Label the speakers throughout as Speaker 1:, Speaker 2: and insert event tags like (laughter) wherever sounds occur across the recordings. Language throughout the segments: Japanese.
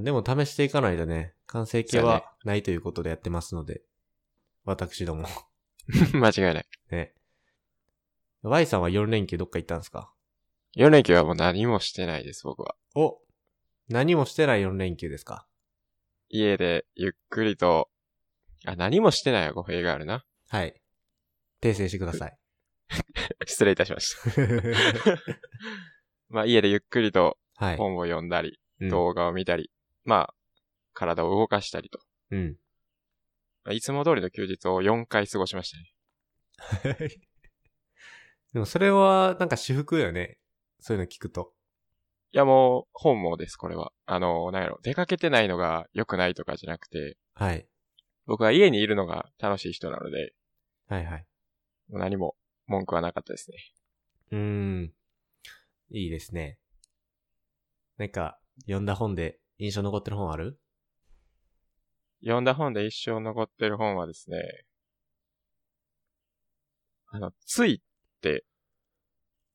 Speaker 1: でも試していかないとね、完成形
Speaker 2: そうやね
Speaker 1: はないということでやってますので、私ども。 (laughs)
Speaker 2: (laughs) 間違いない。
Speaker 1: ね。Y さんは4連休どっか行ったんですか
Speaker 2: 4連休はもう何もしてないです、僕は。
Speaker 1: お何もしてない4連休ですか
Speaker 2: 家でゆっくりと、あ、何もしてないは語弊があるな。 (laughs)
Speaker 1: はい。訂正してください。
Speaker 2: 失礼いたしました。 (laughs) まあ家でゆっくりと
Speaker 1: はい。
Speaker 2: 本を読んだり、
Speaker 1: うん
Speaker 2: 動画を見たり、まあ、体を動かしたりと。
Speaker 1: うん。 (laughs)
Speaker 2: まあいつも通りの休日を4回過ごしましたね。
Speaker 1: でもそれは、なんか私服よね。そういうの聞くと。
Speaker 2: いやもう、本望です、これは。あの、なんやろ、出かけてないのが良くないとかじゃなくて、
Speaker 1: はい。
Speaker 2: 僕は家にいるのが楽しい人なので、
Speaker 1: はいはい。
Speaker 2: もう何も文句はなかったですね。
Speaker 1: うーん。いいですね。なんか、読んだ本で印象残ってる本ある
Speaker 2: 読んだ本で一生残ってる本はですね、あの、ついって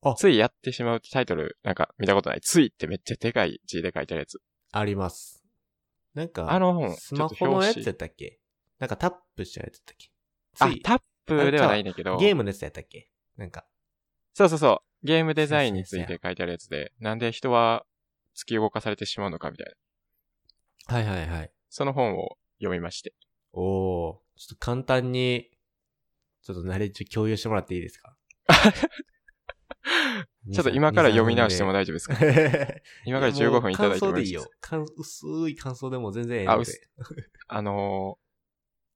Speaker 1: あ、
Speaker 2: ついやってしまうってタイトル、なんか見たことない。ついってめっちゃでかい字で書いてあるやつ。
Speaker 1: あります。なんか、
Speaker 2: あの本
Speaker 1: スマホのやつやったっけなんかタップしたやつやったっけ
Speaker 2: あ
Speaker 1: つい、
Speaker 2: タップではないんだけど、
Speaker 1: ゲームのやつやったっけなんか、
Speaker 2: そうそうそう。ゲームデザインについ
Speaker 1: そうそう
Speaker 2: て書いてあるやつで、なんで人は突き動かされてしまうのかみたいな。
Speaker 1: はいはいはい。
Speaker 2: その本を読みまして。
Speaker 1: おお、ちょっと簡単に、ちょっとナレッジ共有してもらっていいですか
Speaker 2: (laughs) ちょっと今から読み直しても大丈夫ですか今から15分いただいても
Speaker 1: い
Speaker 2: い
Speaker 1: い
Speaker 2: い
Speaker 1: ですよ
Speaker 2: ですか。
Speaker 1: 感薄い感想でも全然ええ
Speaker 2: あ
Speaker 1: ので
Speaker 2: 薄。あのー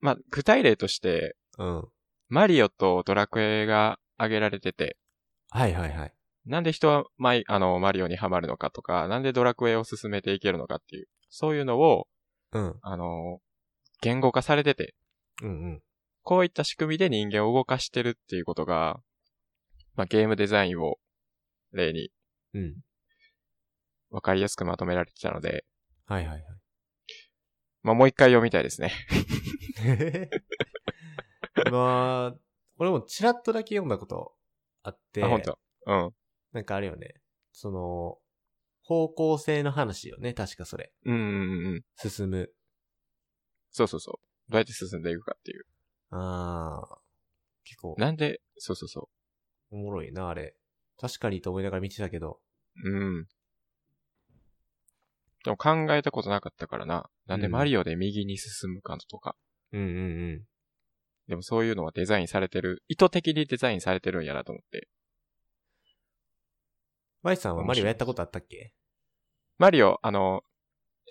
Speaker 2: まあ、具体例として、
Speaker 1: うん。
Speaker 2: マリオとドラクエが挙げられてて、
Speaker 1: はいはいはい。
Speaker 2: なんで人はマイ、あの、マリオにハマるのかとか、なんでドラクエを進めていけるのかっていう、そういうのを、
Speaker 1: うん。
Speaker 2: あのー言語化されてて、
Speaker 1: うんうん。
Speaker 2: こういった仕組みで人間を動かしてるっていうことが、まあ、ゲームデザインを例に
Speaker 1: うん。
Speaker 2: 分かりやすくまとめられてたので、
Speaker 1: はいはい
Speaker 2: まあ、もう一回読みたいですね。
Speaker 1: はい。 (laughs) まあ、俺もチラッとだけ読んだことあって。
Speaker 2: あ、本当うん。
Speaker 1: なんかあれよね。その、方向性の話よね。確かそれ。
Speaker 2: うんうんうん。
Speaker 1: 進む。
Speaker 2: そうそうそう。どうやって進んでいくかっていう。
Speaker 1: ああ。結構、
Speaker 2: なんで、そうそうそ
Speaker 1: おもろいな、あれ。確かにと思いながら見てたけど。
Speaker 2: う。うん。でも考えたことなかったからな。なんで
Speaker 1: うん
Speaker 2: マリオで右に進むかとか。
Speaker 1: うんうんうん。
Speaker 2: でもそういうのはデザインされてる、意図的にデザインされてるんやなと思って。
Speaker 1: マイさんはマリ
Speaker 2: 面白
Speaker 1: オ
Speaker 2: い
Speaker 1: やったことあったっけ
Speaker 2: マリオ、あの、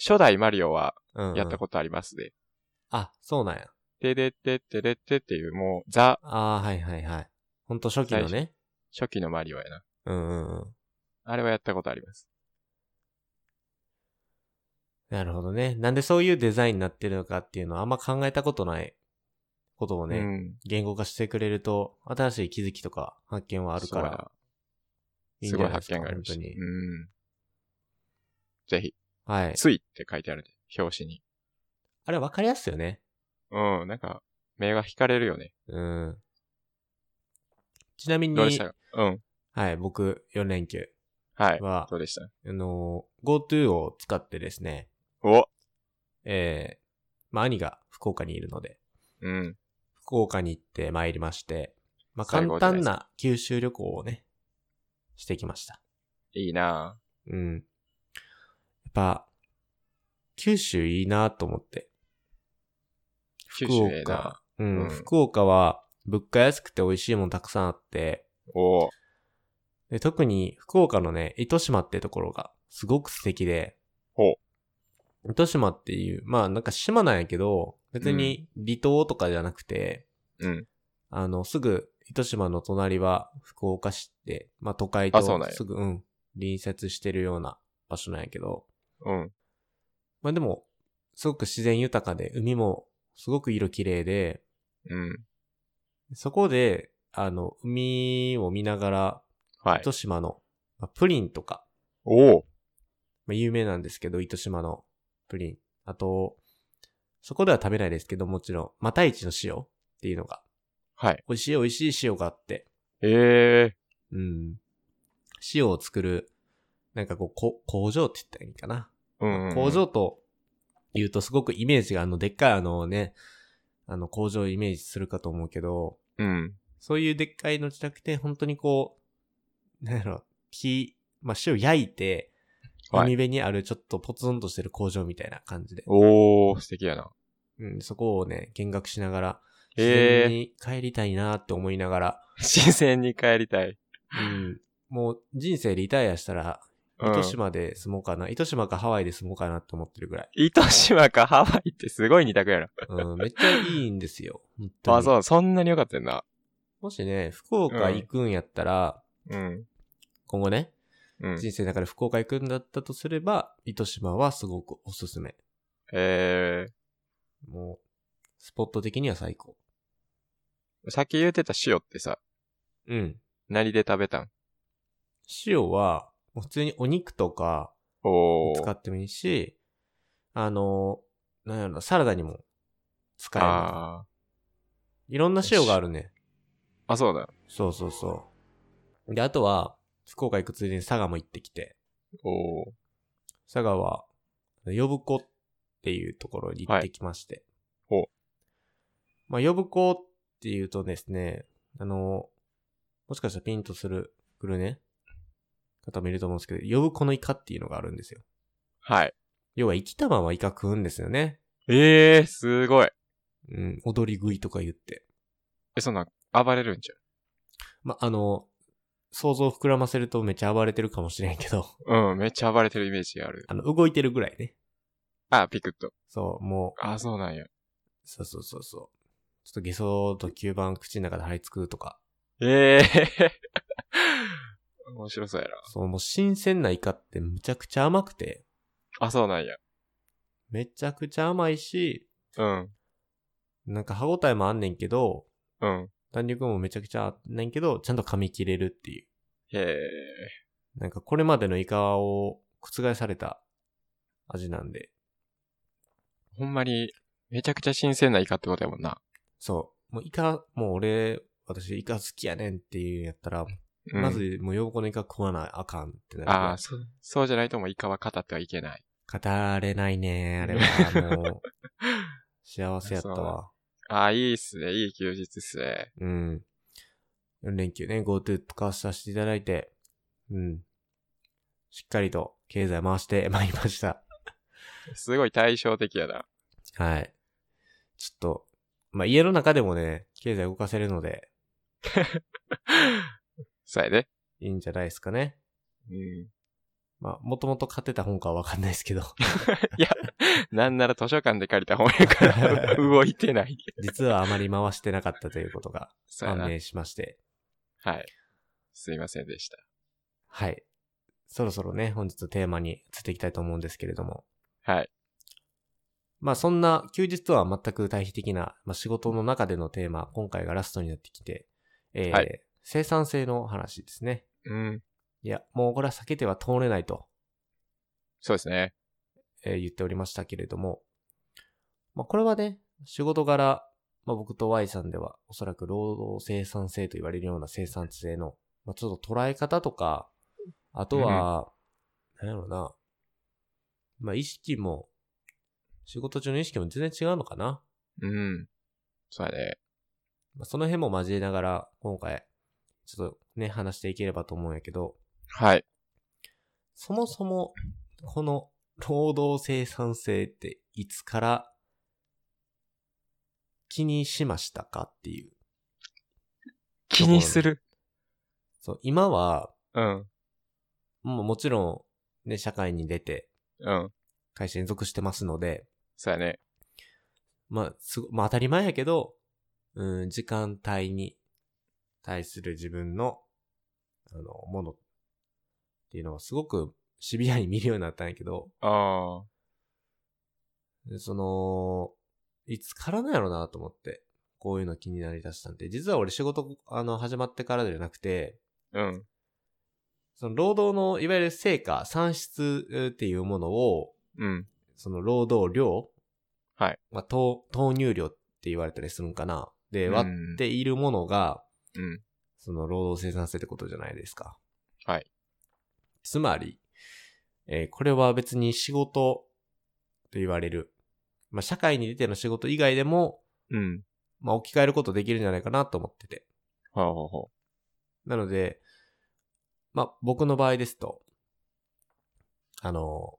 Speaker 2: 初代マリオは
Speaker 1: うん、
Speaker 2: やっ
Speaker 1: こ
Speaker 2: た
Speaker 1: と。
Speaker 2: ことありますね。
Speaker 1: あ、そうなんや。
Speaker 2: ででででででっていう、もう、ザ、
Speaker 1: ああ、はいはいはい。ほんと初期のね。
Speaker 2: 初期のマリオやな。
Speaker 1: うんうんうん。
Speaker 2: あれはやったことあります。
Speaker 1: なるほどね。なんでそういうデザインになってるのかっていうのはあんま考えたことないことをね、
Speaker 2: うん。
Speaker 1: 言語化してくれると、新しい気づきとか発見はあるか
Speaker 2: そうや
Speaker 1: ら
Speaker 2: な、
Speaker 1: いいん
Speaker 2: す
Speaker 1: じゃ
Speaker 2: ごい
Speaker 1: ないです
Speaker 2: 発
Speaker 1: か
Speaker 2: 見がありました。
Speaker 1: 本
Speaker 2: う
Speaker 1: 当に。
Speaker 2: ん。ぜひ、
Speaker 1: はい。
Speaker 2: ついって書いてあるね。表紙に。
Speaker 1: あれ分かりやすいよね。
Speaker 2: うん、なんか、目が惹かれるよね。
Speaker 1: うん。ちなみに、
Speaker 2: どうでしたかうん。
Speaker 1: はい、僕、4連休
Speaker 2: はい。
Speaker 1: は、
Speaker 2: どうでした
Speaker 1: あのー、GoTo を使ってですね、
Speaker 2: お
Speaker 1: えー、まあ、兄が福岡にいるので、
Speaker 2: うん。
Speaker 1: 福岡に行って参りまして、まあ、
Speaker 2: 最
Speaker 1: 簡
Speaker 2: 高じゃない
Speaker 1: 単
Speaker 2: ですか
Speaker 1: な九州旅行をね、してきました。
Speaker 2: いいな
Speaker 1: うん。やっぱ、九州いいなと思って。
Speaker 2: ぁ。九
Speaker 1: 福
Speaker 2: 州ええな
Speaker 1: 岡。うん、
Speaker 2: うん
Speaker 1: 福岡は物価安くて美味しいものたくさんあって、
Speaker 2: おぉ。
Speaker 1: で特に福岡のね、糸島ってところがすごく素敵で、
Speaker 2: ほ
Speaker 1: 糸島っていう、まあなんか島なんやけど、別に離島とかじゃなくて、
Speaker 2: うん。
Speaker 1: あの、すぐ糸島の隣は福岡市って、まあ都会
Speaker 2: あそうなん
Speaker 1: と
Speaker 2: や
Speaker 1: すぐ、うん、隣接してるような場所なんやけど、
Speaker 2: うん。
Speaker 1: まあでも、すごく自然豊かで、海もすごく色綺麗で、
Speaker 2: うん。
Speaker 1: そこで、あの、海を見ながら、
Speaker 2: はい
Speaker 1: 糸。島の、まあプリンとか、
Speaker 2: おぉ。
Speaker 1: まあ、有名なんですけど、糸島のプリン。あと、そこでは食べないですけど、もちろん、またいちの塩っていうのが、
Speaker 2: はい。
Speaker 1: 美味しい美味しい塩があって、
Speaker 2: ええ
Speaker 1: うん。塩を作る、なんかこう、こ工場って言ったらいいかな。
Speaker 2: ー。うんうんうん。
Speaker 1: 工場と言うとすごくイメージがあの、でっかいあのね、あの工場をイメージするかと思うけど、
Speaker 2: うん。
Speaker 1: そういうでっかいのじゃなくて、本当にこう、なんやろ、木、まあ、塩焼いて、
Speaker 2: はい
Speaker 1: 海辺にあるちょっとポツンとしてる工場みたいな感じで、
Speaker 2: おー、素敵や
Speaker 1: (laughs)
Speaker 2: な。
Speaker 1: うん、そこをね、見学しながら、自
Speaker 2: え
Speaker 1: 然
Speaker 2: ー、
Speaker 1: に帰りたいなって思いながら、
Speaker 2: 自然に帰りたい。
Speaker 1: うん、もう人生リタイアしたら、
Speaker 2: うん
Speaker 1: 糸島で住もうかな、糸島かハワイで住もうかなって思ってるぐらい。
Speaker 2: 糸島かハワイってすごい二択やな。 (laughs)
Speaker 1: うん、めっちゃいいんですよ。本当に
Speaker 2: あ、そう、そんなに良かったんだ。
Speaker 1: もしね、福岡行くんやったら、
Speaker 2: うん。
Speaker 1: 今後ね、
Speaker 2: うん。
Speaker 1: 人生の中で福岡行くんだったとすれば、糸島はすごくおすすめ。
Speaker 2: え
Speaker 1: もう、スポット的には最高。
Speaker 2: ー、さっき言うてた塩ってさ、
Speaker 1: うん。
Speaker 2: 何で食べたん
Speaker 1: 塩は、もう普通にお肉とか
Speaker 2: おー。
Speaker 1: 使ってもいいし、あの、なんやろな、サラダにも使えま
Speaker 2: あ
Speaker 1: す。いろんな塩があるね。
Speaker 2: ー。あ、そうだ。
Speaker 1: そうそうそう。で、あとは、福岡行くついでに佐賀も行ってきて、
Speaker 2: おー。
Speaker 1: 佐賀は、呼子っていうところに行ってきまして。
Speaker 2: はいほ
Speaker 1: まあ、呼子っていうとですね、あの、もしかしたらピンとする、くるね、方もいると思うんですけど、呼子のイカっていうのがあるんですよ。
Speaker 2: はい。
Speaker 1: 要は生きたままイカ食うんですよね。
Speaker 2: えー、すごい。
Speaker 1: うん、踊り食いとか言って。
Speaker 2: え、そんなん、暴れるんじ
Speaker 1: まあ、あの、想像を膨らませるとめっちゃ暴れてるかもしれんけど、 (laughs)
Speaker 2: ゃん。うん、めっちゃ暴れてるイメージがある。
Speaker 1: あの、動いてるぐらいね。
Speaker 2: あ、ピクッと。
Speaker 1: そう、もう、
Speaker 2: あ、そうなんや。
Speaker 1: そうそうそうそう。ちょっとゲソと吸盤口の中で張り付くとか。
Speaker 2: ええー。 (laughs) 面白そうやな。
Speaker 1: そう、もう新鮮なイカってむちゃくちゃ甘くて、
Speaker 2: あ、そうなんや。
Speaker 1: めちゃくちゃ甘いし、
Speaker 2: うん。
Speaker 1: なんか歯応えもあんねんけど、
Speaker 2: うん。
Speaker 1: 弾力もめちゃくちゃあんねんけど、ちゃんと噛み切れるってい
Speaker 2: へえ。
Speaker 1: う。なんかこれまでのイカを覆された味なんで、
Speaker 2: ほんまに、めちゃくちゃ新鮮なイカってことやもんな。
Speaker 1: そう。もうイカ、もう俺、私イカ好きやねんっていうんやったら、
Speaker 2: うん、
Speaker 1: ま、ずもう横のイカ食わなあかんってなるから。
Speaker 2: ああ、そ、そうじゃないともうイカは語ってはいけない。
Speaker 1: 語れないね、あれは。もう、
Speaker 2: (laughs)
Speaker 1: 幸せやったわ。
Speaker 2: ああ、いいっすね。いい休日っすね。
Speaker 1: うん。4連休ね、GoTo とかさせていただいて、うん。しっかりと経済回してまいりました。
Speaker 2: すごい対照的やな。
Speaker 1: はい。ちょっと、まあ、家の中でもね、経済動かせるので、
Speaker 2: そうやね。
Speaker 1: いいんじゃないですかね。
Speaker 2: うん。い
Speaker 1: まあ、もともと買ってた本かはわかんないですけど、 (laughs)
Speaker 2: や、なんなら図書館で借りた本やから
Speaker 1: (laughs)
Speaker 2: 動いてない。
Speaker 1: 実はあまり回してなかったということが
Speaker 2: そうや
Speaker 1: 判
Speaker 2: な。
Speaker 1: 明しまして、
Speaker 2: はい。すいませんでした。
Speaker 1: はい。そろそろね、本日のテーマに移っていきたいと思うんですけれども、
Speaker 2: はい。
Speaker 1: まあそんな休日とは全く対比的な、まあ、仕事の中でのテーマ、今回がラストになってきて、えー
Speaker 2: は
Speaker 1: 生産性の話ですね。
Speaker 2: うん。
Speaker 1: いや、もうこれは避けては通れないと、
Speaker 2: そうですね。
Speaker 1: えー言っておりましたけれども、まあこれはね、仕事柄、まあ僕と Y さんではおそらく労働生産性と言われるような生産性の、まあちょっと捉え方とか、あとは、なんやろうな、まあ意識も、仕事中の意識も全然違うのかな。
Speaker 2: うん。そうやね。
Speaker 1: まあ、その辺も交えながら、今回、ちょっとね、話していければと思うんやけど、
Speaker 2: はい。
Speaker 1: そもそも、この、労働生産性って、いつから、気にしましたかっていう。
Speaker 2: 気にする。
Speaker 1: そう、今は、
Speaker 2: うん。
Speaker 1: もうもちろん、ね、社会に出て、
Speaker 2: うん。
Speaker 1: 会社に属してますので、
Speaker 2: そうやね。
Speaker 1: まあ、すご、まあ当たり前やけど、うん、時間帯に対する自分の、あの、ものっていうのはすごくシビアに見るようになったんやけど、
Speaker 2: ああ。
Speaker 1: でその、いつからなんやろなと思って、こういうの気になりだしたんで、実は俺仕事、あの、始まってからじゃなくて、
Speaker 2: うん。
Speaker 1: その労働の、いわゆる成果、算出えーっていうものを、
Speaker 2: うん。
Speaker 1: その労働量
Speaker 2: はい。
Speaker 1: まあ、投投入量って言われたりするんかな。で、割っているものが、
Speaker 2: うん。
Speaker 1: その労働生産性ってことじゃないですか。
Speaker 2: はい。
Speaker 1: つまり、えーこれは別に仕事と言われるまあ、社会に出ての仕事以外でも、
Speaker 2: うん。
Speaker 1: まあ、置き換えることできるんじゃないかなと思ってて。
Speaker 2: はあ、はあは
Speaker 1: なので、まあ、僕の場合ですと、あの、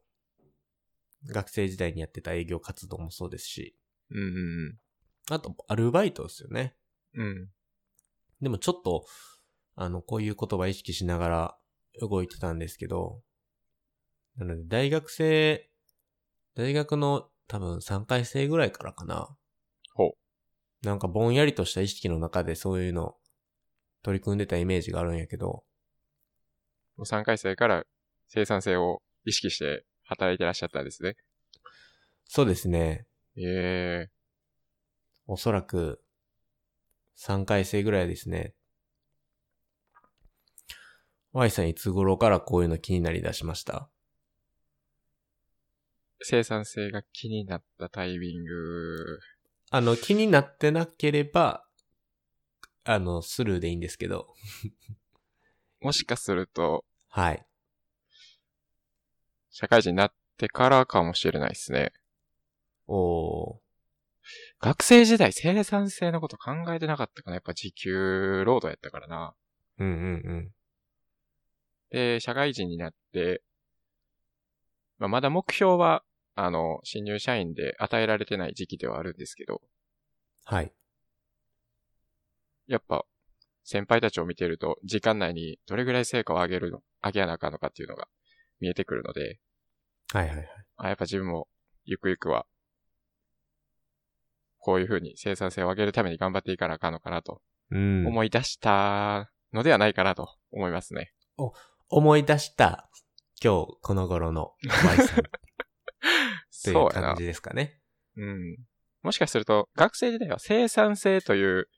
Speaker 1: 学生時代にやってた営業活動もそうですし、
Speaker 2: あ、うんうん
Speaker 1: あと、アルバイトですよね。
Speaker 2: うん。うん。
Speaker 1: でもちょっと、あの、こういう言葉意識しながら動いてたんですけど、なので大学生、大学の多分3回生ぐらいからかな。
Speaker 2: ほう
Speaker 1: なんかぼんやりとした意識の中でそういうの取り組んでたイメージがあるんやけど、
Speaker 2: もう3回生から生産性を意識して働いてらっしゃったんですね。
Speaker 1: そうですね。
Speaker 2: ええ
Speaker 1: おそらく3回生ぐらいですね。Y さんいつ頃からこういうの気になりだしました
Speaker 2: 生産性が気になったタイミング。
Speaker 1: あの、気になってなければ、あの、スルーでいいんですけど。
Speaker 2: もしかすると、
Speaker 1: はい。
Speaker 2: 社会人になってからかもしれないですね。
Speaker 1: おー。
Speaker 2: 学生時代生産性のこと考えてなかったかな。やっぱ時給労働やったからな。
Speaker 1: うんうん
Speaker 2: で、社会人になって、まあ、まだ目標は、あの、新入社員で与えられてない時期ではあるんですけど、
Speaker 1: はい。
Speaker 2: やっぱ、先輩たちを見てると、時間内にどれぐらい成果を上げるの、上げやなあかんのかっていうのが見えてくるので、
Speaker 1: はいはいはい。
Speaker 2: あ、やっぱ自分も、ゆくゆくは、こういうふうに生産性を上げるために頑張っていかなあかんのかなと、
Speaker 1: うん。思い
Speaker 2: 思い出したのではないかなと思いますね。
Speaker 1: 出した、今日この頃の Y さ (laughs) んとい
Speaker 2: そううや
Speaker 1: 感
Speaker 2: な。
Speaker 1: じですかね。
Speaker 2: うん。もしかすると、学生時代は生産性という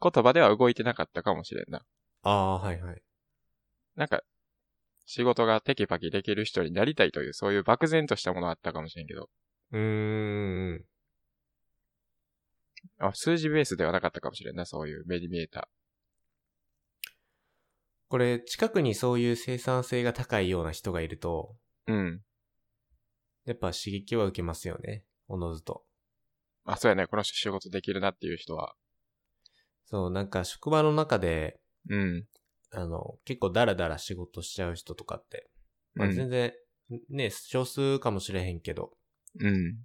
Speaker 2: 言葉では動いてなかったかもしれんな。
Speaker 1: ああー、はいはい。
Speaker 2: なんか、仕事がテキパキできる人になりたいという、そういう漠然としたものはあったかもしれんけど、
Speaker 1: うーん。
Speaker 2: あ数字ベースではなかったかもしれんな、そういう目に見えた。
Speaker 1: これ、近くにそういう生産性が高いような人がいると、
Speaker 2: うん。
Speaker 1: やっぱ刺激は受けますよね。おのずと。
Speaker 2: あ、そうやね、この人仕事できるなっていう人は。
Speaker 1: そう、なんか職場の中で、
Speaker 2: うん。
Speaker 1: あの、結構ダラダラ仕事しちゃう人とかって、まあ、
Speaker 2: うん
Speaker 1: 全然、ね、少数かもしれへんけど、
Speaker 2: うん。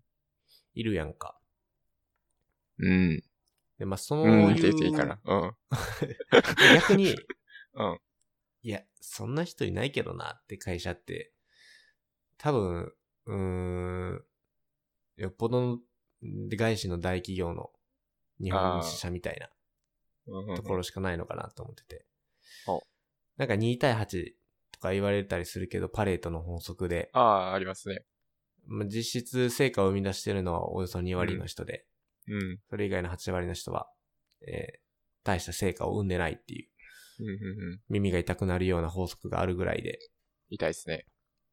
Speaker 1: いるやんか。
Speaker 2: うん。
Speaker 1: で、まあ、そう
Speaker 2: うん。
Speaker 1: いう、
Speaker 2: 見ていていいかな。うん。
Speaker 1: 逆に、
Speaker 2: (laughs) うん。
Speaker 1: いや、そんな人いないけどなって会社って、多分、うーん、よっぽどの外資の大企業の日本支社みたいな
Speaker 2: うん
Speaker 1: ところしかないのかなと思ってて
Speaker 2: ほ。
Speaker 1: なんか2対8とか言われたりするけど、パレートの法則で、
Speaker 2: ああ、ありますね。
Speaker 1: まあ実質成果を生み出してるのはおよそ2割の人で、
Speaker 2: うん。うん
Speaker 1: それ以外の8割の人は、えー大した成果を生んでないっていう、
Speaker 2: うんうん。
Speaker 1: 耳が痛くなるような法則があるぐらいで。
Speaker 2: 痛いっすね。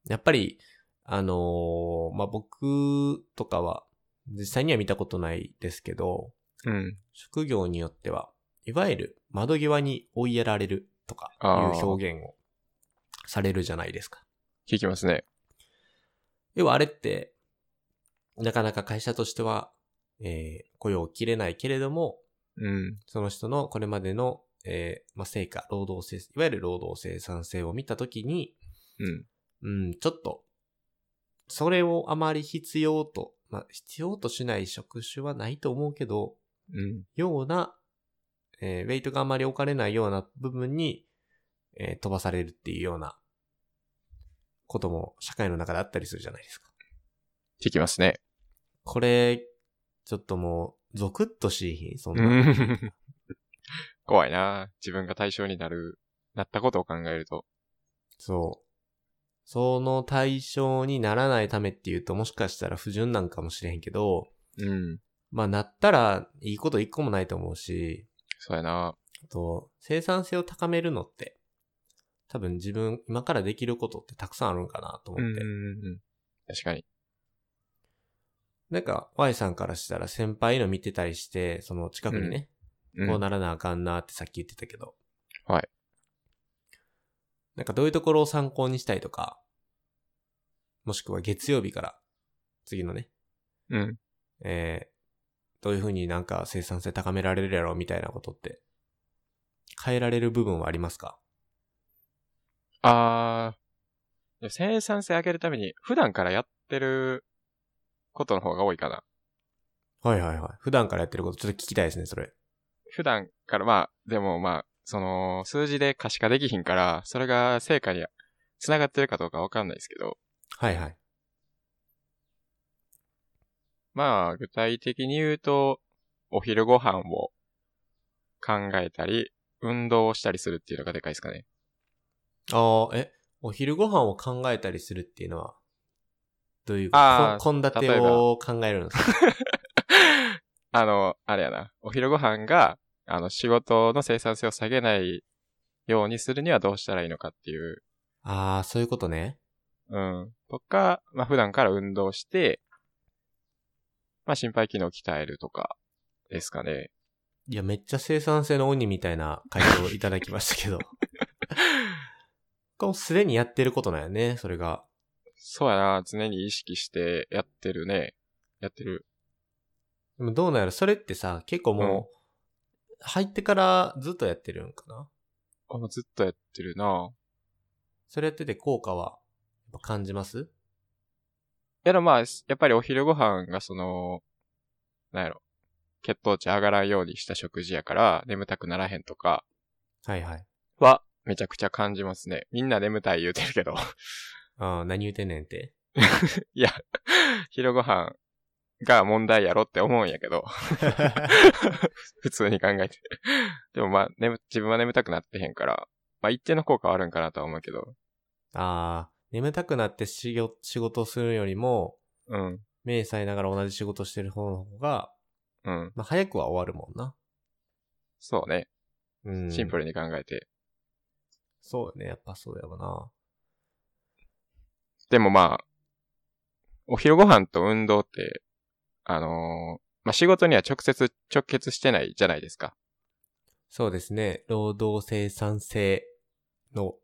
Speaker 1: やっぱり、あのーまあ、僕とかは、実際には見たことないですけど、
Speaker 2: うん。
Speaker 1: 職業によっては、いわゆる窓際に追いやられるとかいう表現をされるじゃないですか。
Speaker 2: 聞きますね。
Speaker 1: 要はあれって、なかなか会社としては、えー雇用を切れないけれども、
Speaker 2: うん。
Speaker 1: その人のこれまでの、えーまあ、成果、労働生、いわゆる労働生産性を見たときに、
Speaker 2: うん。
Speaker 1: うん、ちょっと、それをあまり必要と、まあ、必要としない職種はないと思うけど、
Speaker 2: うん。
Speaker 1: ような、えーウェイトがあまり置かれないような部分に、えー飛ばされるっていうような、ことも社会の中であったりするじゃないですか。
Speaker 2: 聞きますね。
Speaker 1: これ、ちょっともう、ゾクッとしいひん、そん
Speaker 2: う
Speaker 1: な。
Speaker 2: ん (laughs) 怖いな自分が対象になる、なったことを考えると。
Speaker 1: そう。その対象にならないためっていうともしかしたら不純なんかもしれへんけど、
Speaker 2: うん。
Speaker 1: まあなったらいいこと一個もないと思うし、
Speaker 2: そうやな
Speaker 1: あと、生産性を高めるのって、多分自分今からできることってたくさんあるんかなと思って。
Speaker 2: うん。確かに。
Speaker 1: なんか Y さんからしたら先輩の見てたりして、その近くにね、
Speaker 2: うん
Speaker 1: こうならなあかんなってさっき言ってたけど。
Speaker 2: はい。
Speaker 1: なんかどういうところを参考にしたいとか、もしくは月曜日から次のね、
Speaker 2: うん。
Speaker 1: えーどういうふうになんか生産性高められるやろみたいなことって、変えられる部分はありますか
Speaker 2: あー、生産性上げるために普段からやってることの方が多いかな。
Speaker 1: はいはいはい。普段からやってることちょっと聞きたいですね、それ。
Speaker 2: 普段から、まあ、でもまあ、その、数字で可視化できひんから、それが成果に繋がってるかどうかわかんないですけど、
Speaker 1: はいはい。
Speaker 2: まあ、具体的に言うと、お昼ご飯を考えたり、運動をしたりするっていうのがでかいですかね。
Speaker 1: ああ、え、お昼ご飯を考えたりするっていうのは、どういう
Speaker 2: あー
Speaker 1: こん献立を考えるんですか
Speaker 2: あの、あれやな。お昼ご飯が、あの、仕事の生産性を下げないようにするにはどうしたらいいのかっていう。
Speaker 1: (laughs) ああ、そういうことね。
Speaker 2: うん。とか、まあ普段から運動して、まあ心肺機能を鍛えるとか、ですかね。
Speaker 1: いや、めっちゃ生産性の鬼みたいな回答をいただきましたけ (laughs) ど。こうすでにやってることなんやね、それが。
Speaker 2: そうやな。常に意識してやってるね。やってる。
Speaker 1: でもどうなんやろそれってさ、結構もう、入ってからずっとやってるんかな
Speaker 2: あ、もうずっとやってるな。
Speaker 1: それやってて効果は、やっぱ感じます
Speaker 2: いやでもまあ、やっぱりお昼ご飯がその、なんやろ。血糖値上がらんようにした食事やから、眠たくならへんとか、
Speaker 1: はいはい。
Speaker 2: は、めちゃくちゃ感じますね。みんな眠たい言うてるけど。 (laughs)
Speaker 1: ああ、何言うてんねんって。
Speaker 2: いや、昼ご飯が問題やろって思うんやけ
Speaker 1: (laughs)
Speaker 2: ど。普通に考えて。でもまあ、眠、自分は眠たくなってへんから、まあ一定の効果はあるんかなとは思うけど。
Speaker 1: ああ、眠たくなって仕事仕事をするよりも、
Speaker 2: うん、
Speaker 1: 目さえながら同じ仕事してる方の方が、
Speaker 2: うん。
Speaker 1: まあ、早くは終わるもんな。
Speaker 2: そうね。
Speaker 1: うん。
Speaker 2: シンプ
Speaker 1: ル。
Speaker 2: ルに考えて。
Speaker 1: そうよね。やっぱそうやわな。
Speaker 2: でもまあ、お昼ご飯と運動って、あのーまあ仕事には直接直結してないじゃないですか。
Speaker 1: そうですね。労働生産性の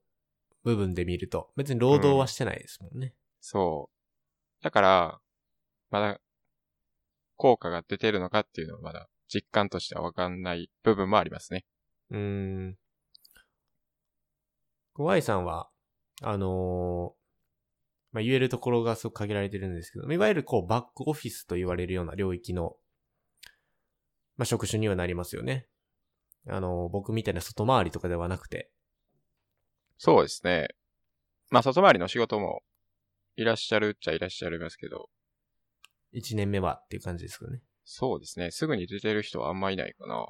Speaker 1: 部分で見ると、別に労働はしてないですもんね。
Speaker 2: そう。だから、まだ、効果が出てるのかっていうのはまだ実感としてはわかんない部分もありますね。
Speaker 1: うーん。Y さんは、あのーまあ、言えるところがすごく限られてるんですけど、いわゆるこう、バックオフィスと言われるような領域の、まあ、職種にはなりますよね。あのー僕みたいな外回りとかではなくて。
Speaker 2: そうですね。まあ、外回りの仕事もいらっしゃるっちゃいらっしゃいますけど、
Speaker 1: 1年目はっていう感じですけどね。
Speaker 2: そうですね。すぐに出てる人はあんまいないかな。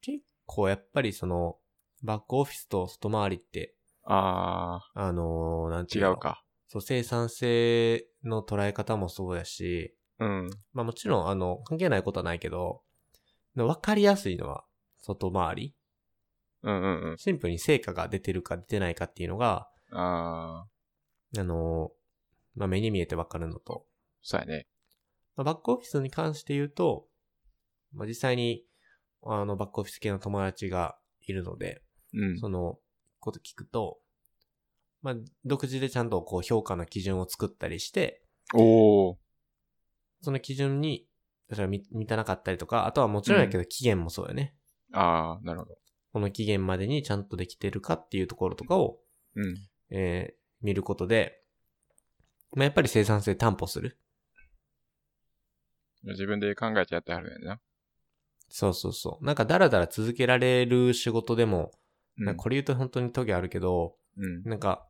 Speaker 1: 結構やっぱりその、バックオフィスと外回りって、
Speaker 2: あ
Speaker 1: あのーなんて
Speaker 2: ー、
Speaker 1: いうの
Speaker 2: 違う。か。
Speaker 1: そう、生産性の捉え方もそうやし、
Speaker 2: うん。
Speaker 1: まあもちろん、あの、関係ないことはないけど、わかりやすいのは、外回り。
Speaker 2: うんうんうん。
Speaker 1: シンプルに成果が出てるか出てないかっていうのが、
Speaker 2: あー、
Speaker 1: あのーまあ目に見えてわかるのと、
Speaker 2: そうやね。
Speaker 1: まあバックオフィスに関して言うと、まあ実際に、あの、バックオフィス系の友達がいるので、
Speaker 2: うん。
Speaker 1: その、こと聞くと、まあ、独自でちゃんとこう評価の基準を作ったりして、
Speaker 2: おー、
Speaker 1: その基準に、それは満満たなかったりとか、あとはもちろんやけど期限もそうよね。
Speaker 2: あー、なるほど。
Speaker 1: この期限までにちゃんとできてるかっていうところとかを、
Speaker 2: うん。
Speaker 1: えー見ることで、まあ、やっぱり生産性担保する。
Speaker 2: 自分で考えてやってはるんやな。
Speaker 1: そうそうそう。なんかダラダラ続けられる仕事でも、
Speaker 2: うん
Speaker 1: なんかこれ言うと本当にトゲあるけど、
Speaker 2: うん。
Speaker 1: なんか、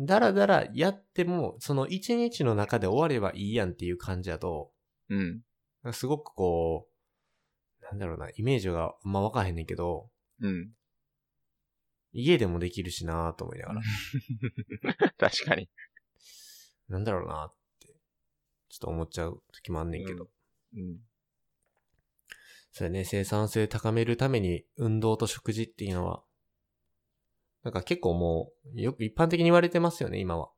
Speaker 1: ダラダラやっても、その一日の中で終わればいいやんっていう感じだと、
Speaker 2: うん。
Speaker 1: なんかすごくこう、なんだろうな、イメージがあんまわかへんねんけど、
Speaker 2: うん。
Speaker 1: 家でもできるしなぁと思いながら、
Speaker 2: (laughs) 確かに。
Speaker 1: なんだろうなって、ちょっと思っちゃう時もあんねんけど。
Speaker 2: うん。
Speaker 1: それね、生産性高めるために運動と食事っていうのは、なんか結構もう、よく一般的に言われてますよね、今は。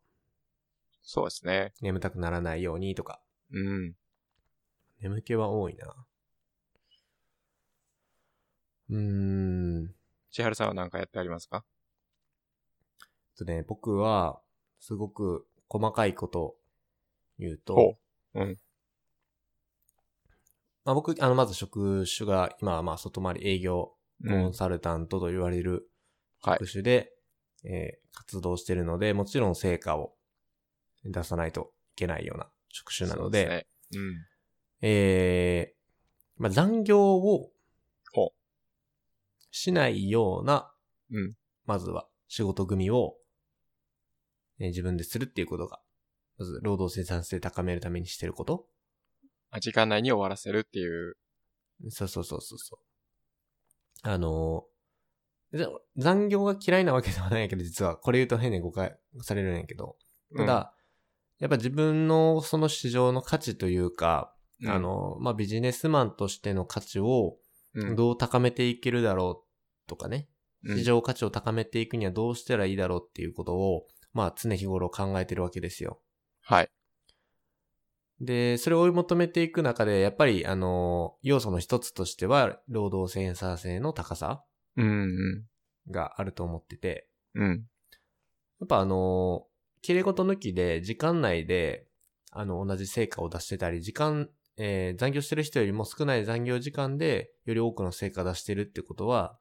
Speaker 2: そうですね。
Speaker 1: 眠たくならないようにとか。
Speaker 2: うん。
Speaker 1: 眠気は多いなうーん。
Speaker 2: 千春さんは何かやってありますか
Speaker 1: えっとね、僕は、すごく細かいことを言う
Speaker 2: ほ
Speaker 1: と、
Speaker 2: ううん
Speaker 1: まあ、僕、あの、まず職種が、今はまあ、外回り営業コンサルタントと言われる
Speaker 2: はい
Speaker 1: 職種で、えー活動してるので、もちろん成果を出さないといけないような職種なので、
Speaker 2: そうすね
Speaker 1: えーまあ、残業を
Speaker 2: ほう
Speaker 1: しないような、
Speaker 2: うん
Speaker 1: まずは仕事組を、えー自分でするっていうことが、まず労働生産性高めるためにしてること
Speaker 2: うん。時間内に終わらせるっていう。
Speaker 1: そうそうそうそうそう。あのーざ残業が嫌いなわけではないけど、実は、これ言うと変に誤解されるんやけど、ただ、やっぱ自分のその市場の価値というか、
Speaker 2: うん、
Speaker 1: あの、まあ、ビジネスマンとしての価値を
Speaker 2: うん、
Speaker 1: どう高めていけるだろうとかね、
Speaker 2: うん
Speaker 1: 市場価値を高めていくにはどうしたらいいだろうっていうことを、まあ、常日頃考えてるわけですよ。
Speaker 2: はい。
Speaker 1: で、それを追い求めていく中で、やっぱり、あの、要素の一つとしては、労働センサー性の高さ
Speaker 2: うん、う
Speaker 1: があると思ってて、
Speaker 2: ん。うん。
Speaker 1: やっぱあの、切れ事抜きで、時間内で、あの、同じ成果を出してたり、時間、えー残業してる人よりも少ない残業時間で、より多くの成果出してるってことは、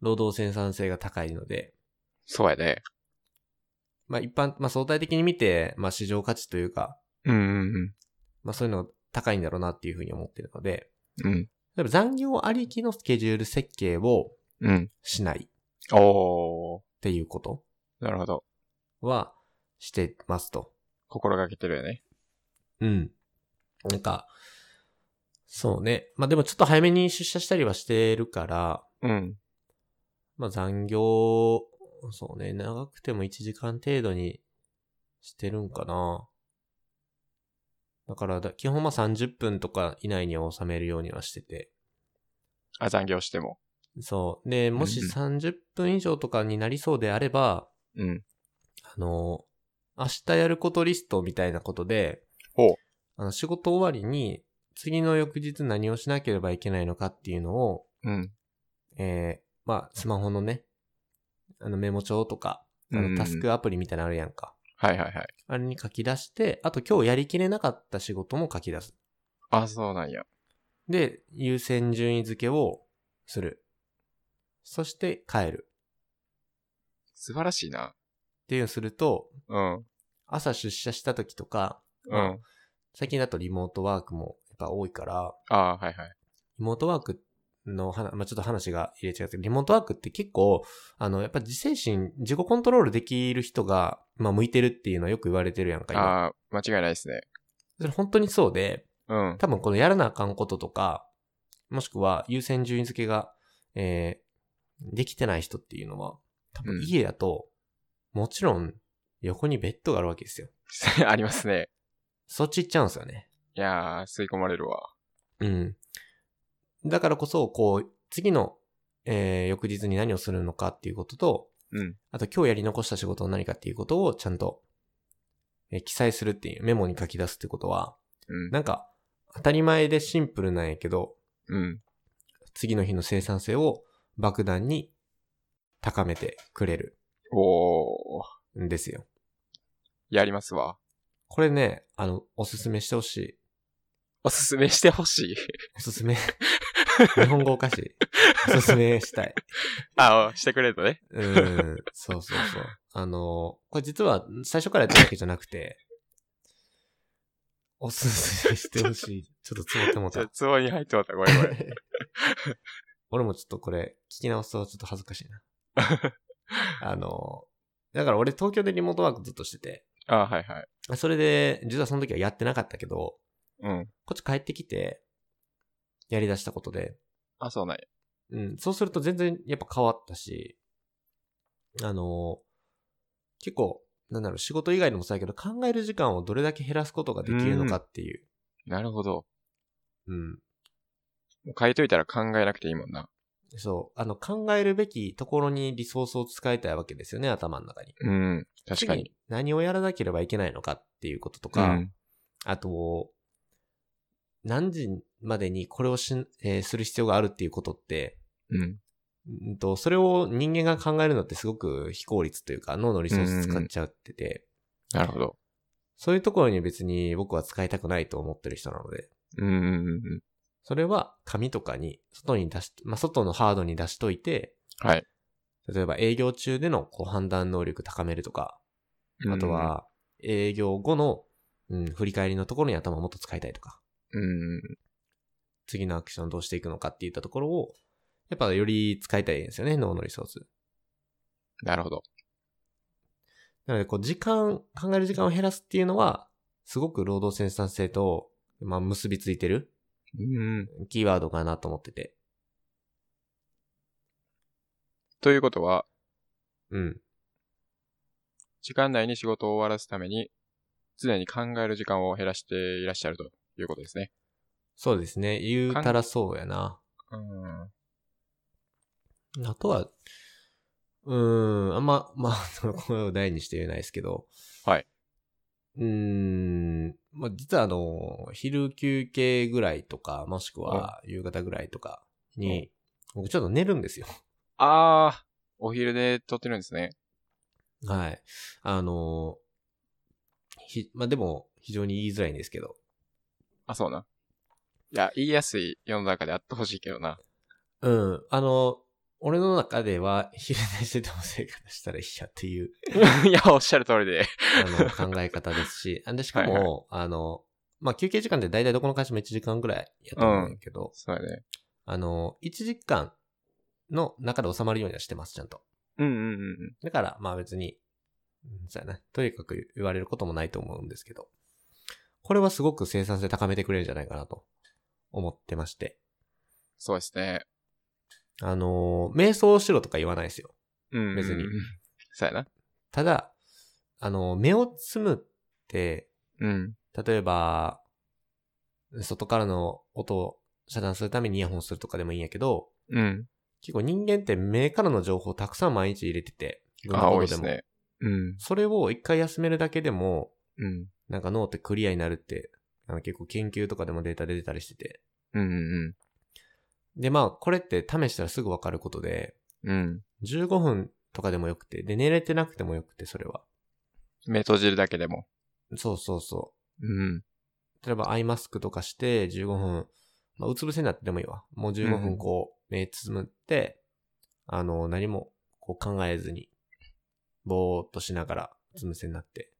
Speaker 1: 労働生産性が高いので、
Speaker 2: そうやで。
Speaker 1: まあ一般、まあ相対的に見て、まあ市場価値というか、
Speaker 2: うん、うん、
Speaker 1: まあそういうのが高いんだろうなっていうふうに思ってるので、
Speaker 2: うん。うん。
Speaker 1: 例えば残業ありきのスケジュール設計を
Speaker 2: うん。
Speaker 1: しないっ
Speaker 2: おー。
Speaker 1: ていうこと
Speaker 2: なるほど。
Speaker 1: はしてますと。
Speaker 2: 心がけてるよね。
Speaker 1: うん。なんか、そうね。まあでもちょっと早めに出社したりはしてるから、
Speaker 2: うん。
Speaker 1: まあ残業、そうね、長くても1時間程度にしてるんかな。だからだ、基本まあ30分とか以内に収めるようにはしてて。
Speaker 2: あ、残業しても。
Speaker 1: そう。で、もし
Speaker 2: うん
Speaker 1: 30分以上とかになりそうであれば、
Speaker 2: うん。
Speaker 1: あの、明日やることリストみたいなことで、
Speaker 2: ほう
Speaker 1: あの仕事終わりに、次の翌日何をしなければいけないのかっていうのを、
Speaker 2: うん。
Speaker 1: えー、まあ、スマホのね、あのメモ帳とか、あ
Speaker 2: うん
Speaker 1: のタスクアプリみたいなのあるやんか。
Speaker 2: はいはいはい。
Speaker 1: あれに書き出して、あと今日やりきれなかった仕事も書き出す。
Speaker 2: あ、そうなんや。
Speaker 1: で、優先順位付けをする。そして帰る。
Speaker 2: 素晴らしいな。
Speaker 1: っていうのをすると、
Speaker 2: うん。
Speaker 1: 朝出社した時とか、
Speaker 2: う
Speaker 1: まあ
Speaker 2: ん。
Speaker 1: 最近だとリモートワークもやっぱ多いから、
Speaker 2: あーはいはい。
Speaker 1: リモートワークの話、まあ、ちょっと話が入れ違って、リモートワークって結構、あの、やっぱ自制心、自己コントロールできる人が、まあ、向いてるっていうのはよく言われてるやんか、今。
Speaker 2: あー間違いないですね。
Speaker 1: それ本当にそうで、
Speaker 2: うん。 (laughs)
Speaker 1: 多分このやらなあかんこととか、もしくは優先順位付けが、えー、できてない人っていうのは、多
Speaker 2: う
Speaker 1: 分
Speaker 2: ん
Speaker 1: 家だと、もちろん横にベッドがあるわけですよ。
Speaker 2: ありますね。
Speaker 1: そっち行っちゃうんですよね。
Speaker 2: いやー、吸い込まれるわ。
Speaker 1: うん。だからこそ、こう、次の、えー翌日に何をするのかっていうことと、
Speaker 2: うん。
Speaker 1: あと今日やり残した仕事は何かっていうことをちゃんと、えー記載するっていう、メモに書き出すってことは、
Speaker 2: うん。
Speaker 1: なんか、当たり前でシンプルなんやけど、
Speaker 2: うん。
Speaker 1: 次の日の生産性を爆弾に高めてくれる
Speaker 2: おー。
Speaker 1: んですよ。
Speaker 2: やりますわ。
Speaker 1: これね、あの、おすすめしてほしい。
Speaker 2: おすすめしてほしい。
Speaker 1: おすすめ。日本語おかしい。おすすめしたい。
Speaker 2: (laughs) あーしてくれるとね。
Speaker 1: うん、そうそうそう。あの、これ実は最初からやってるわけじゃなくて、おすすめしてほしい。ちょっとつぼってもう
Speaker 2: (laughs) ちょ、
Speaker 1: た。
Speaker 2: つぼに入ってもらった。ごめんごめん。
Speaker 1: (laughs) 俺もちょっとこれ、聞き直すとちょっと恥ずかしいな。
Speaker 2: (laughs)
Speaker 1: あの、だから俺東京でリモートワークずっとしてて、
Speaker 2: あーはいはい。
Speaker 1: それで、実はその時はやってなかったけど、
Speaker 2: うん。
Speaker 1: こっち帰ってきて、やり出したことで、
Speaker 2: あ、そうなんや。
Speaker 1: うん、そうすると全然やっぱ変わったし、あのー結構、なんだろう、仕事以外でもそうやけど、考える時間をどれだけ減らすことができるのかっていう。
Speaker 2: なるほど。
Speaker 1: うん。
Speaker 2: もう書いといたら考えなくていいもんな。
Speaker 1: そう。あの、考えるべきところにリソースを使いたいわけですよね、頭の中に。
Speaker 2: うん。確かに。
Speaker 1: 次何をやらなければいけないのかっていうこととか、
Speaker 2: うん。
Speaker 1: あと、何時までにこれをしん、えーする必要があるっていうことって、
Speaker 2: うん。
Speaker 1: うんと、それを人間が考えるのってすごく非効率というか、脳のリソース使っちゃってて、
Speaker 2: なるほど。
Speaker 1: そういうところに別に僕は使いたくないと思ってる人なので、
Speaker 2: うんうんうんうん。
Speaker 1: それは紙とかに、外に出し、まあ、外のハードに出しといて、
Speaker 2: はい。
Speaker 1: 例えば営業中でのこう判断能力高めるとか、あとは営業後の、うん、振り返りのところに頭もっと使いたいとか、
Speaker 2: うん、うん。
Speaker 1: 次のアクションどうしていくのかっていったところを、やっぱより使いたいんですよね、脳のリソース。
Speaker 2: なるほど。
Speaker 1: なので、こう、時間、考える時間を減らすっていうのは、すごく労働生産性と、まあ、結びついてる
Speaker 2: うん。
Speaker 1: キーワードかなと思ってて。
Speaker 2: ということは、
Speaker 1: うん。
Speaker 2: 時間内に仕事を終わらすために、常に考える時間を減らしていらっしゃるということですね。
Speaker 1: そうですね。言うたらそうやな。
Speaker 2: うん。う
Speaker 1: あとは、うーん、あんま、 (laughs) まあ、声を大にして言えないですけど。
Speaker 2: はいう
Speaker 1: ーん、まあ、実はあの、昼休憩ぐらいとか、もしくは夕方ぐらいとかに、僕ちょっと寝るんですよ。
Speaker 2: あー、お昼で撮ってるんですね。
Speaker 1: はい。あの、ひ、まあ、でも、非常に言いづらいんですけど。
Speaker 2: あ、そうな。いや、言いやすい世の中であってほしいけど (laughs) な。
Speaker 1: うん。あの、俺の中では、昼寝してても生活したらいいやっていう、
Speaker 2: いや、おっしゃる通りで。
Speaker 1: あの、考え方です
Speaker 2: (laughs)
Speaker 1: し、あで、しかも、
Speaker 2: はい
Speaker 1: あの、まあ、休憩時間って大体どこの会社も1時間ぐらいやと思うんやけど、
Speaker 2: そうだね。
Speaker 1: あの、1時間の中で収まるようにはしてます、ちゃんと。
Speaker 2: うんうんうんうん。
Speaker 1: だから、まあ別に、うんそうやな、とにかく言われることもないと思うんですけど、これはすごく生産性高めてくれるんじゃないかなと思ってまして、
Speaker 2: そうですね。
Speaker 1: あの、瞑想しろとか言わないですよ。
Speaker 2: うん。
Speaker 1: 別に。
Speaker 2: そうやな。
Speaker 1: ただ、あの、目をつむって、
Speaker 2: うん。
Speaker 1: 例えば、外からの音を遮断するためにイヤホンするとかでもいいんやけど、
Speaker 2: うん。
Speaker 1: 結構人間って目からの情報をたくさん毎日入れてて、いろんな
Speaker 2: あ、
Speaker 1: こと
Speaker 2: 多いです
Speaker 1: も
Speaker 2: ね。うん。
Speaker 1: それを一回休めるだけでも、
Speaker 2: うん。
Speaker 1: なんか脳ってクリアになるって、あの結構研究とかでもデータ出てたりしてて。
Speaker 2: うんうん
Speaker 1: で、まあ、これって試したらすぐわかることで、
Speaker 2: うん。うん。
Speaker 1: 15分とかでもよくて、で、寝れてなくてもよくて、それは。
Speaker 2: 目閉じるだけでも。
Speaker 1: そうそうそ
Speaker 2: うん。
Speaker 1: う。例えば、アイマスクとかして、15分、まあ、うつ伏せになってでもいいわ。もう15分こう、目つむって、あの、何もこう考えずに、ぼーっとしながら、うつ伏せになって。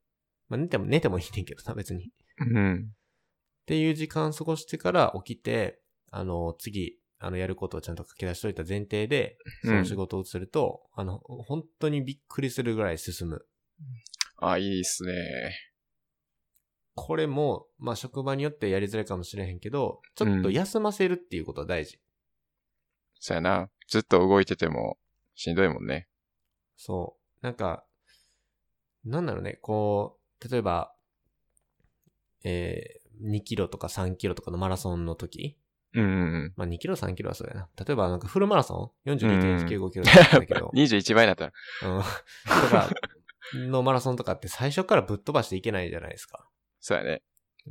Speaker 1: まあ、寝ても、寝てもいいねんけどな、別に。
Speaker 2: うん。
Speaker 1: っていう時間過ごしてから起きて、あの、次、あの、やることをちゃんと書き出しといた前提で、
Speaker 2: うん
Speaker 1: その仕事をすると、あの、本当にびっくりするぐらい進む。
Speaker 2: あ、いいっすね。
Speaker 1: これも、まあ、職場によってやりづらいかもしれへんけど、ちょっと休ませるっていうことは大事。
Speaker 2: そうやな。ずっと動いててもしんどいもんね。
Speaker 1: そう。なんか、なんだろうね、こう、例えば、えー、2キロとか3キロとかのマラソンの時、
Speaker 2: うんうんうん。
Speaker 1: まあ、2キロ3キロはそうやな。例えば、なんかフルマラソン ?42.195 キロだ
Speaker 2: や
Speaker 1: った
Speaker 2: っ
Speaker 1: け
Speaker 2: ぱ
Speaker 1: ど。
Speaker 2: 21倍になったら。
Speaker 1: うん。とか、のマラソンとかって最初からぶっ飛ばしていけないじゃないですか。
Speaker 2: そうやね。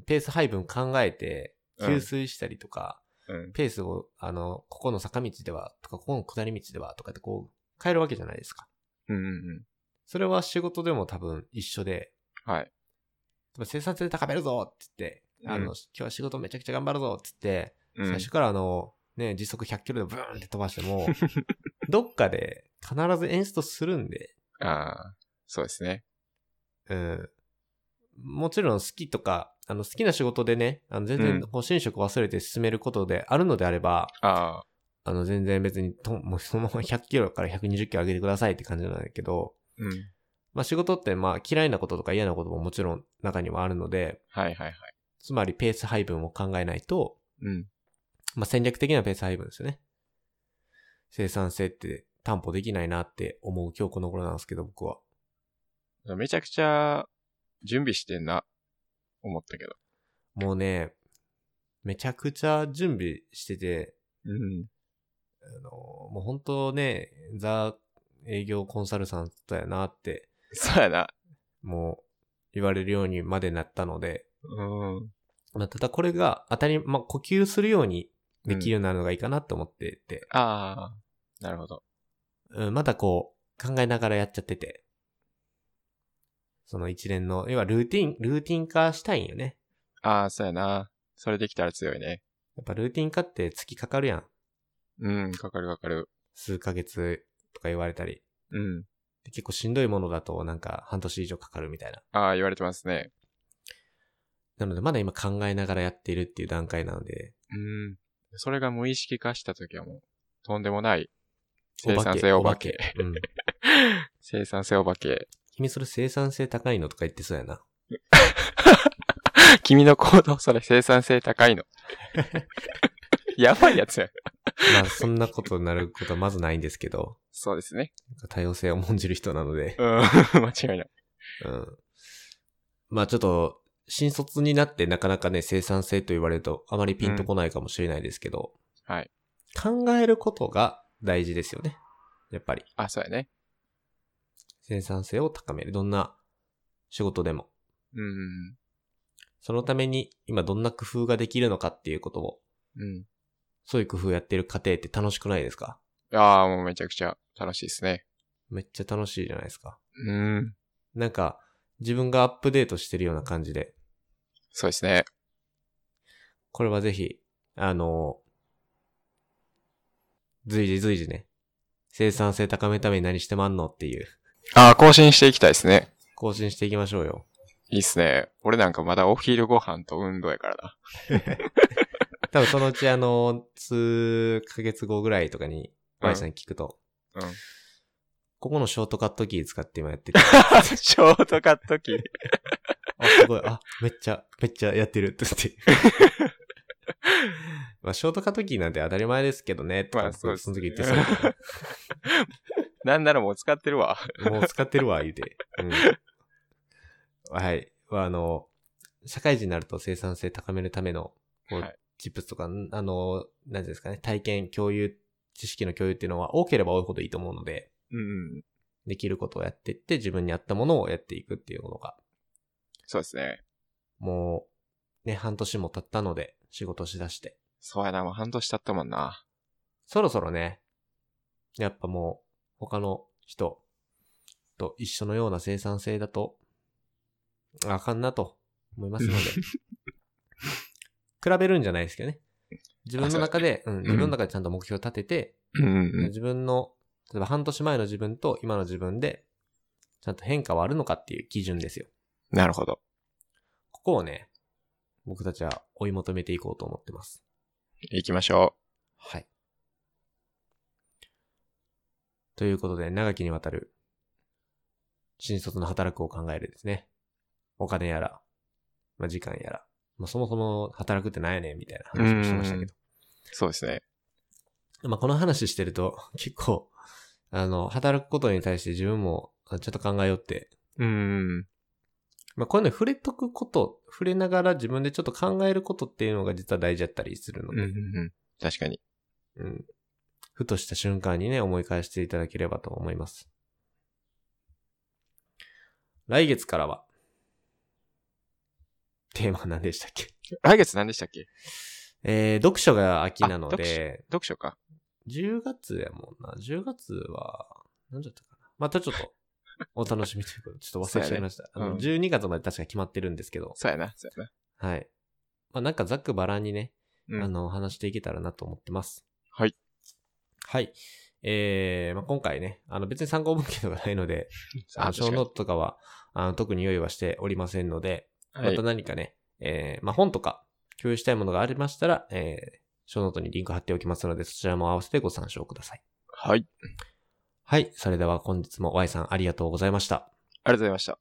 Speaker 1: ペース配分考えて、
Speaker 2: うん
Speaker 1: 給水したりとか、
Speaker 2: うん。
Speaker 1: ペースを、あの、ここの坂道では、とか、ここの下り道では、とかってこう、変えるわけじゃないですか。
Speaker 2: うんうん
Speaker 1: それは仕事でも多分一緒で、
Speaker 2: うん。はい。
Speaker 1: 生産性高めるぞって言って、あの、
Speaker 2: うん
Speaker 1: 今日は仕事めちゃくちゃ頑張るぞって言って、
Speaker 2: うん、
Speaker 1: 最初からあの、ね、時速100キロでブーンって飛ばして
Speaker 2: (laughs)
Speaker 1: も、どっかで必ず演出するんで、
Speaker 2: ああ、そうですね。
Speaker 1: うん。もちろん好きとか、あの好きな仕事でね、あの全
Speaker 2: う
Speaker 1: 然
Speaker 2: ん
Speaker 1: こう寝食忘れて進めることであるのであれば、
Speaker 2: ああ、
Speaker 1: あの全然別にと、もうそのまま100キロから120キロ上げてくださいって感じなんだけど、
Speaker 2: うん。
Speaker 1: まあ仕事ってまあ嫌いなこととか嫌なことももちろん中にはあるので、
Speaker 2: はいはいはい。
Speaker 1: つまりペース配分を考えないと、
Speaker 2: うん。
Speaker 1: まあ戦略的なペース配分ですよね。生産性って担保できないなって思う今日この頃なんですけど僕は。
Speaker 2: めちゃくちゃ準備してんな、思ったけど。
Speaker 1: もうね、めちゃくちゃ準備してて、
Speaker 2: うん。
Speaker 1: あの、もう本当ね、ザ営業コンサルさんだよなって、
Speaker 2: そうやな。
Speaker 1: もう言われるようにまでなったので、
Speaker 2: うん。
Speaker 1: まあ、ただこれが当たり、まあ、呼吸するようにできるようになるのがいいかなと思ってて、
Speaker 2: ああ、なるほど。
Speaker 1: うん、まだこう考えながらやっちゃってて、その一連の、要はルーティン、ルーティン化したいんよね。
Speaker 2: ああ、そうやな。それできたら強いね。
Speaker 1: やっぱルーティン化って月かかるやん。
Speaker 2: うん、かかるかかる。
Speaker 1: 数ヶ月とか言われたり。
Speaker 2: うん。
Speaker 1: で結構しんどいものだとなんか半年以上かかるみたいな。
Speaker 2: ああ、言われてますね。
Speaker 1: なのでまだ今考えながらやっているっていう段階なので、
Speaker 2: うん。それが無意識化した時はもう、とんでもない。
Speaker 1: お
Speaker 2: 生
Speaker 1: 化
Speaker 2: 産
Speaker 1: け
Speaker 2: 性お化け。
Speaker 1: お化けうん。
Speaker 2: 生産性お化け。 (laughs)
Speaker 1: 君それ生産性高いのとか言ってそうやな。
Speaker 2: 君の行動、それ生産性高
Speaker 1: (laughs)
Speaker 2: いの。やばいやつや。
Speaker 1: まあそんなことになることはまずないんですけど、
Speaker 2: そうですね。
Speaker 1: 多様性を重んじる人なので、
Speaker 2: うん、 (laughs) 間違いない。
Speaker 1: うん。まあちょっと、新卒になってなかなかね、生産性と言われるとあまりピンとこないかもしれないですけど、
Speaker 2: はい。
Speaker 1: 考えることが大事ですよね。やっぱり。
Speaker 2: あ、そうやね。
Speaker 1: 生産性を高める。どんな仕事でも。
Speaker 2: うん。
Speaker 1: そのために今どんな工夫ができるのかっていうことを、
Speaker 2: うん。
Speaker 1: そういう工夫やってる過程って楽しくないですか
Speaker 2: ああ、もうめちゃくちゃ楽しいですね。
Speaker 1: めっちゃ楽しいじゃないですか。
Speaker 2: うん。
Speaker 1: なんか、自分がアップデートしてるような感じで、
Speaker 2: そうですね。
Speaker 1: これはぜひ、あの、随時随時ね、生産性高めるために何してまんのっていう、
Speaker 2: ああ、更新していきたいですね。
Speaker 1: 更新していきましょうよ。
Speaker 2: いいっすね。俺なんかまだお昼ご飯と運動や
Speaker 1: (laughs)
Speaker 2: からな。
Speaker 1: 多分そのうちあの、数ヶ月後ぐらいとかに、
Speaker 2: うん
Speaker 1: Y さんに聞くと、
Speaker 2: うん
Speaker 1: ここのショートカットキー使って今やって (laughs) て、
Speaker 2: ショートカット機。
Speaker 1: あ、すごい、あ、めっちゃ、めっちゃやってるって言って。
Speaker 2: (laughs)
Speaker 1: まあ、ショートカットキーなんて当たり前ですけどね、とか、
Speaker 2: (laughs) まあそうです
Speaker 1: その時言ってそうだけど
Speaker 2: (laughs) なんならもう使ってるわ。
Speaker 1: もう使ってるわ、言うて。うん、はい。まああの、社会人になると生産性高めるための、こう、
Speaker 2: はい
Speaker 1: チップスとか、んあの、なんていうんですかね、体験、共有、知識の共有っていうのは多ければ多いほどいいと思うので、
Speaker 2: うん。
Speaker 1: できることをやっていって、自分に合ったものをやっていくっていうものが、
Speaker 2: そうですね。
Speaker 1: もう、ね、半年も経ったので、仕事しだして。
Speaker 2: そうやな、もう半年経ったもんな。
Speaker 1: そろそろね、やっぱもう、他の人と一緒のような生産性だと、あかんなと思いますの (laughs) で。比べるんじゃないですけどね。自分の中で、うん、自分の中でちゃんと目標を立てて、
Speaker 2: うんうん。
Speaker 1: 自分の、例えば半年前の自分と今の自分で、ちゃんと変化はあるのかっていう基準ですよ。
Speaker 2: なるほど。
Speaker 1: ここをね、僕たちは追い求めていこうと思ってます。
Speaker 2: 行きましょ
Speaker 1: はい。ということで、長きにわたる、新卒の働くを考えるですね。お金やら、まあ、時間やら、まあ、そもそも働くってなんやねんみたいな話をしてましたけど。
Speaker 2: う。そうですね。
Speaker 1: まあ、この話してると、 (laughs) 結構、あの、働くことに対して自分も、あちょっと考えようって、
Speaker 2: うん。
Speaker 1: まあ、こういうのに触れとくこと、触れながら自分でちょっと考えることっていうのが実は大事だったりするの
Speaker 2: うんう
Speaker 1: で、
Speaker 2: んうん。確かに。
Speaker 1: うん。ふとした瞬間にね、思い返していただければと思います。来月からは、テーマは何でしたっけ (laughs)
Speaker 2: 来月何でしたっけ
Speaker 1: えー、読書が秋なの
Speaker 2: あ
Speaker 1: で、
Speaker 2: 読書か。
Speaker 1: 10月やもんな。10月は、何だったかな。またちょっと、お楽しみということで、ちょっと忘れちゃいました。
Speaker 2: そうやね
Speaker 1: あ
Speaker 2: う
Speaker 1: の
Speaker 2: ん
Speaker 1: 12月まで確か決まってるんですけど、
Speaker 2: そうやな、そうや
Speaker 1: はい。まあなんかざっくばらんにね、
Speaker 2: な。
Speaker 1: あ
Speaker 2: うん。
Speaker 1: の、話していけたらなと思ってます。
Speaker 2: はい。
Speaker 1: はい。えー、まあ、今回ね、あの別に参考文献とかないの
Speaker 2: (laughs)
Speaker 1: で、あの、小ノートとかは、あの、特に用意はしておりませんので、
Speaker 2: は
Speaker 1: ま
Speaker 2: い
Speaker 1: た。何かね、えー、まあ、本とか共有したいものがありましたら、えー、小ノートにリンク貼っておきますので、そちらも合わせてご参照ください。
Speaker 2: はい。
Speaker 1: はい。それでは本日も Y さんありがとうございました。
Speaker 2: ありがとうございました。